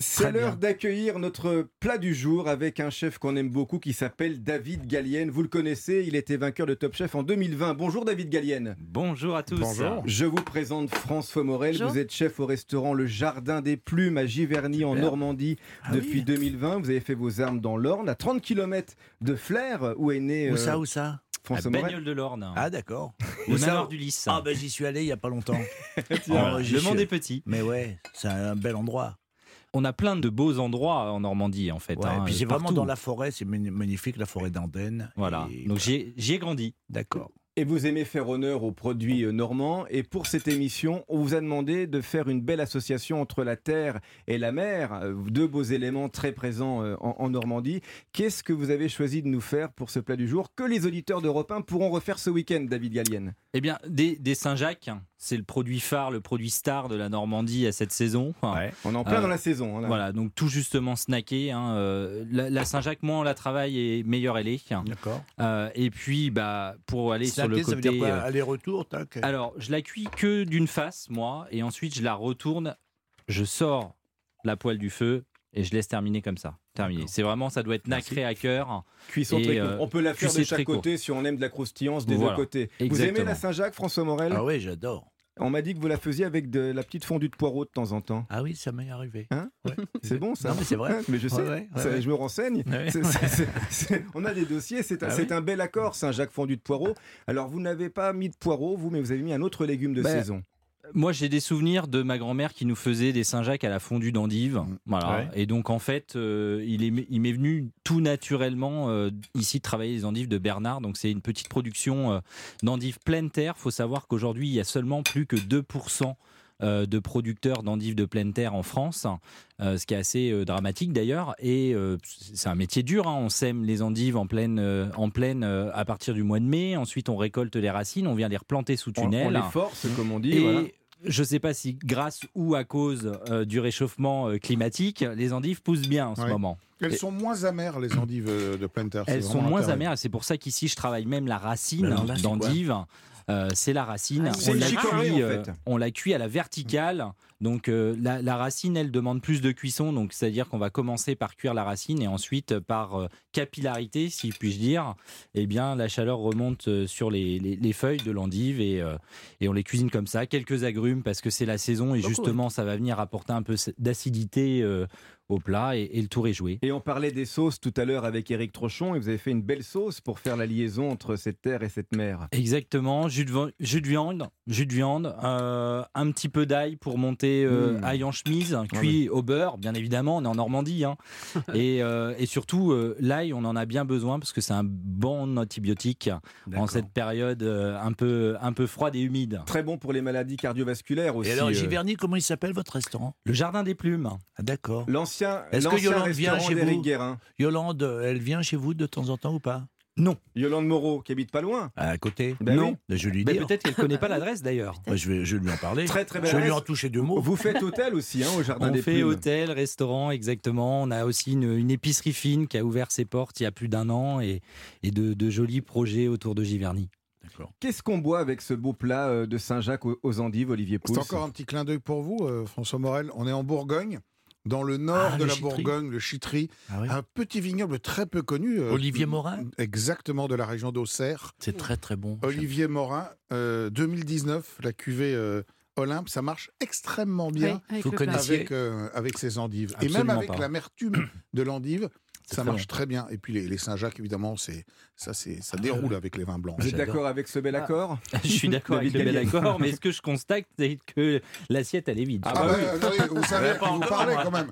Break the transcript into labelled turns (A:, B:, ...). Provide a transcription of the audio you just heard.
A: C'est
B: Très bien.
A: l'heure d'accueillir notre plat du jour avec un chef qu'on aime beaucoup qui s'appelle David Gallienne. Vous le connaissez, il était vainqueur de Top Chef en 2020. Bonjour David Gallienne.
B: Bonjour à tous.
C: Bonjour.
A: Je vous présente François Morel.
D: Bonjour.
A: Vous êtes chef au restaurant Le Jardin des Plumes à Giverny en
B: Super.
A: Normandie
B: Ah oui.
A: depuis 2020. Vous avez fait vos armes dans l'Orne, à 30 km de Flers, où est né
C: Où
A: euh,
C: ça, où ça
B: À
A: François Morel.
B: Bagnoles de l'Orne.
C: Ah, d'accord.
B: le
C: Où ça
B: manoir d'Ulysse.
C: Ah, ben j'y suis allé il n'y a pas longtemps.
B: Voilà.
C: Ah, j'y
B: Le
C: suis
B: monde
C: allé.
B: est petit.
C: Mais ouais, c'est un bel endroit.
B: On a plein de beaux endroits en Normandie, en fait.
C: Ouais,
B: hein,
C: et puis c'est vraiment
B: partout.
C: dans la forêt, c'est mani- magnifique, la forêt d'Andenne.
B: Voilà.
C: Et
B: Donc j'ai j'y ai grandi.
C: D'accord.
A: Et vous aimez faire honneur aux produits euh, normands. Et pour cette émission, on vous a demandé de faire une belle association entre la terre et la mer, euh, deux beaux éléments très présents euh, en, en Normandie. Qu'est-ce que vous avez choisi de nous faire pour ce plat du jour que les auditeurs d'Europe 1 pourront refaire ce week-end, David Gallienne
B: Eh bien, des, des Saint-Jacques, hein, c'est le produit phare, le produit star de la Normandie à cette saison. Enfin,
C: Ouais.
A: On est en plein
B: Euh,
A: dans la saison. hein, là.
B: Voilà, donc tout justement snacké. hein, euh, la la Saint-Jacques, moins on la travaille et meilleure elle est.
C: D'accord.
B: Euh, et puis, bah, pour aller sur le
C: Snacké, ça veut
B: côté.
C: dire quoi
B: euh,
C: Aller-retour, tac. Ah
B: Alors, je la cuis que d'une face, moi, et ensuite je la retourne, je sors la poêle du feu et je laisse terminer comme ça. Terminé.
C: D'accord.
B: C'est vraiment, ça doit être nacré à cœur.
A: Cuisson
B: Et,
A: très courte.
B: euh,
A: On peut la faire
B: cuisson
A: de chaque
B: très court.
A: côté si on aime de la croustillance des
B: Voilà.
A: deux côtés. Vous
B: Exactement.
A: aimez la Saint-Jacques, François Morel
C: Ah oui, j'adore.
A: On m'a dit que vous la faisiez avec de la petite fondue de poireaux de temps en temps.
C: Ah oui, ça m'est arrivé.
A: Hein
C: Ouais.
A: C'est bon ça
C: Non, mais c'est vrai.
A: Hein, Mais je sais,
C: Ouais, ouais, ouais,
A: ça,
C: ouais.
A: je me renseigne.
C: Ouais.
A: C'est- c'est- c'est- c'est- on a des dossiers, c'est un,
C: Ah
A: c'est
C: oui
A: un bel accord, Saint-Jacques fondu de poireaux. Alors vous n'avez pas mis de poireaux, vous, mais vous avez mis un autre légume de
C: Bah,
B: Ben,
A: saison.
B: Moi, j'ai des souvenirs de ma grand-mère qui nous faisait des Saint-Jacques à la fondue d'endive.
A: Mmh.
B: Voilà.
C: Ouais.
B: Et donc, en fait, euh, il est- il m'est venu tout naturellement euh, ici de travailler les endives de Bernard. Donc, c'est une petite production euh, d'endives pleine terre. faut savoir qu'aujourd'hui, il y a seulement plus que 2% euh, de producteurs d'endives de pleine terre en France, euh, ce qui est assez euh, dramatique d'ailleurs. Et euh, c'est un métier dur. hein. On sème les endives en pleine, euh, en pleine euh, à partir du mois de mai. Ensuite, on récolte les racines, on vient les replanter sous
A: On,
B: tunnel.
A: on les force,
C: Mmh.
A: comme on dit.
B: Et
A: voilà.
B: je ne sais pas si grâce ou à cause euh, du réchauffement euh, climatique, les endives poussent bien en ce
E: Ouais.
B: moment.
E: Elles sont moins amères, les endives euh, de pleine terre.
B: Elles
E: c'est
B: sont
E: vraiment
B: moins
E: l'intérêt.
B: amères et c'est pour ça qu'ici je travaille même la
C: Mais
B: racine
C: alors là, c'est
B: d'endive. Euh, c'est la racine.
D: Ah,
A: c'est
B: on,
A: une
B: la
A: chicorée,
B: cuit,
A: en
B: euh,
A: fait.
B: on la cuit à la verticale. Donc euh, la, la racine, elle demande plus de cuisson. Donc c'est-à-dire qu'on va commencer par cuire la racine et ensuite euh, par euh, capillarité, si puis-je dire, eh bien la chaleur remonte euh, sur les, les- les feuilles de l'endive et, euh, et on les cuisine comme ça. Quelques agrumes parce que c'est la saison et
C: Beaucoup,
B: justement ça va venir apporter un peu d'acidité euh, au plat et- et le tour est joué.
A: Et on parlait des sauces tout à l'heure avec Eric Trochon, et vous avez fait une belle sauce pour faire la liaison entre cette terre et cette mer.
B: Exactement, jus de, vi- jus de viande, jus de viande, euh, un petit peu d'ail pour monter euh,
E: Mmh.
B: ail en chemise, cuit au beurre, bien évidemment, on est en Normandie. hein. et, euh, et surtout, euh, l'ail, on en a bien besoin parce que c'est un bon antibiotique en
C: D'accord.
B: cette période euh, un, peu, un peu froide et humide.
A: Très bon pour les maladies cardiovasculaires aussi.
C: Et alors,
A: euh,
C: Giverny, comment il s'appelle votre restaurant
B: Le jardin des plumes,
C: Ah, D'accord.
A: L'ancien
C: Est-ce que
A: l'ancien
C: Yolande vient
A: restaurant
C: chez
A: d'Éric
C: vous
A: Guérin.
C: Yolande, elle vient chez vous de temps en temps ou pas
A: Yolande Moreau, qui habite pas loin.
C: À côté
A: Ben
B: Non.
C: Je lui
B: Mais
C: dis.
B: Eh peut-être qu'elle connaît pas l'adresse d'ailleurs.
C: Je vais, je vais lui en parler.
A: Très, très belle
C: Je vais lui en
A: adresse.
C: toucher deux mots.
A: Vous faites hôtel aussi hein, au Jardin
B: On
A: des
B: fait
A: Plumes.
B: hôtel, restaurant, exactement. On a aussi une, une épicerie fine qui a ouvert ses portes il y a plus d'un an et, et de, de jolis projets autour de Giverny.
C: D'accord.
A: Qu'est-ce qu'on boit avec ce beau plat euh, de Saint-Jacques aux, aux endives, Olivier Pouls
E: C'est encore un petit clin d'œil pour vous, euh, François Morel. On est en Bourgogne, dans le nord
C: Ah,
E: de
C: le
E: la
C: Chitry.
E: Bourgogne, le Chitry.
C: Ah oui
E: Un petit vignoble très peu connu. euh,
C: Olivier Morin
E: Exactement, de la région d'Auxerre.
C: C'est très très bon.
E: Olivier Morin, euh, 2019, la cuvée euh, Olympe, ça marche extrêmement bien
D: Oui, avec
C: Vous
D: le plat.
C: connaissez-
E: avec, euh, avec ses endives. Et même
B: Absolument
E: avec
B: pas.
E: l'amertume de l'endive,
C: C'est
E: ça
C: très
E: marche très bien. Et puis les, les Saint-Jacques, évidemment, c'est ça, c'est
C: Ah,
E: ça déroule avec les vins blancs.
A: Vous êtes
C: J'adore.
A: d'accord avec ce bel
B: Ah.
A: accord
B: Je suis d'accord avec le
A: David
B: bel
A: Gallienne.
B: accord, mais ce que je constate, c'est que l'assiette, elle est vide.
A: Ah
E: Ah
A: bah
E: bah, oui, vous savez,
C: pas
E: vous
C: encore,
E: parlez
C: moi.
E: quand même.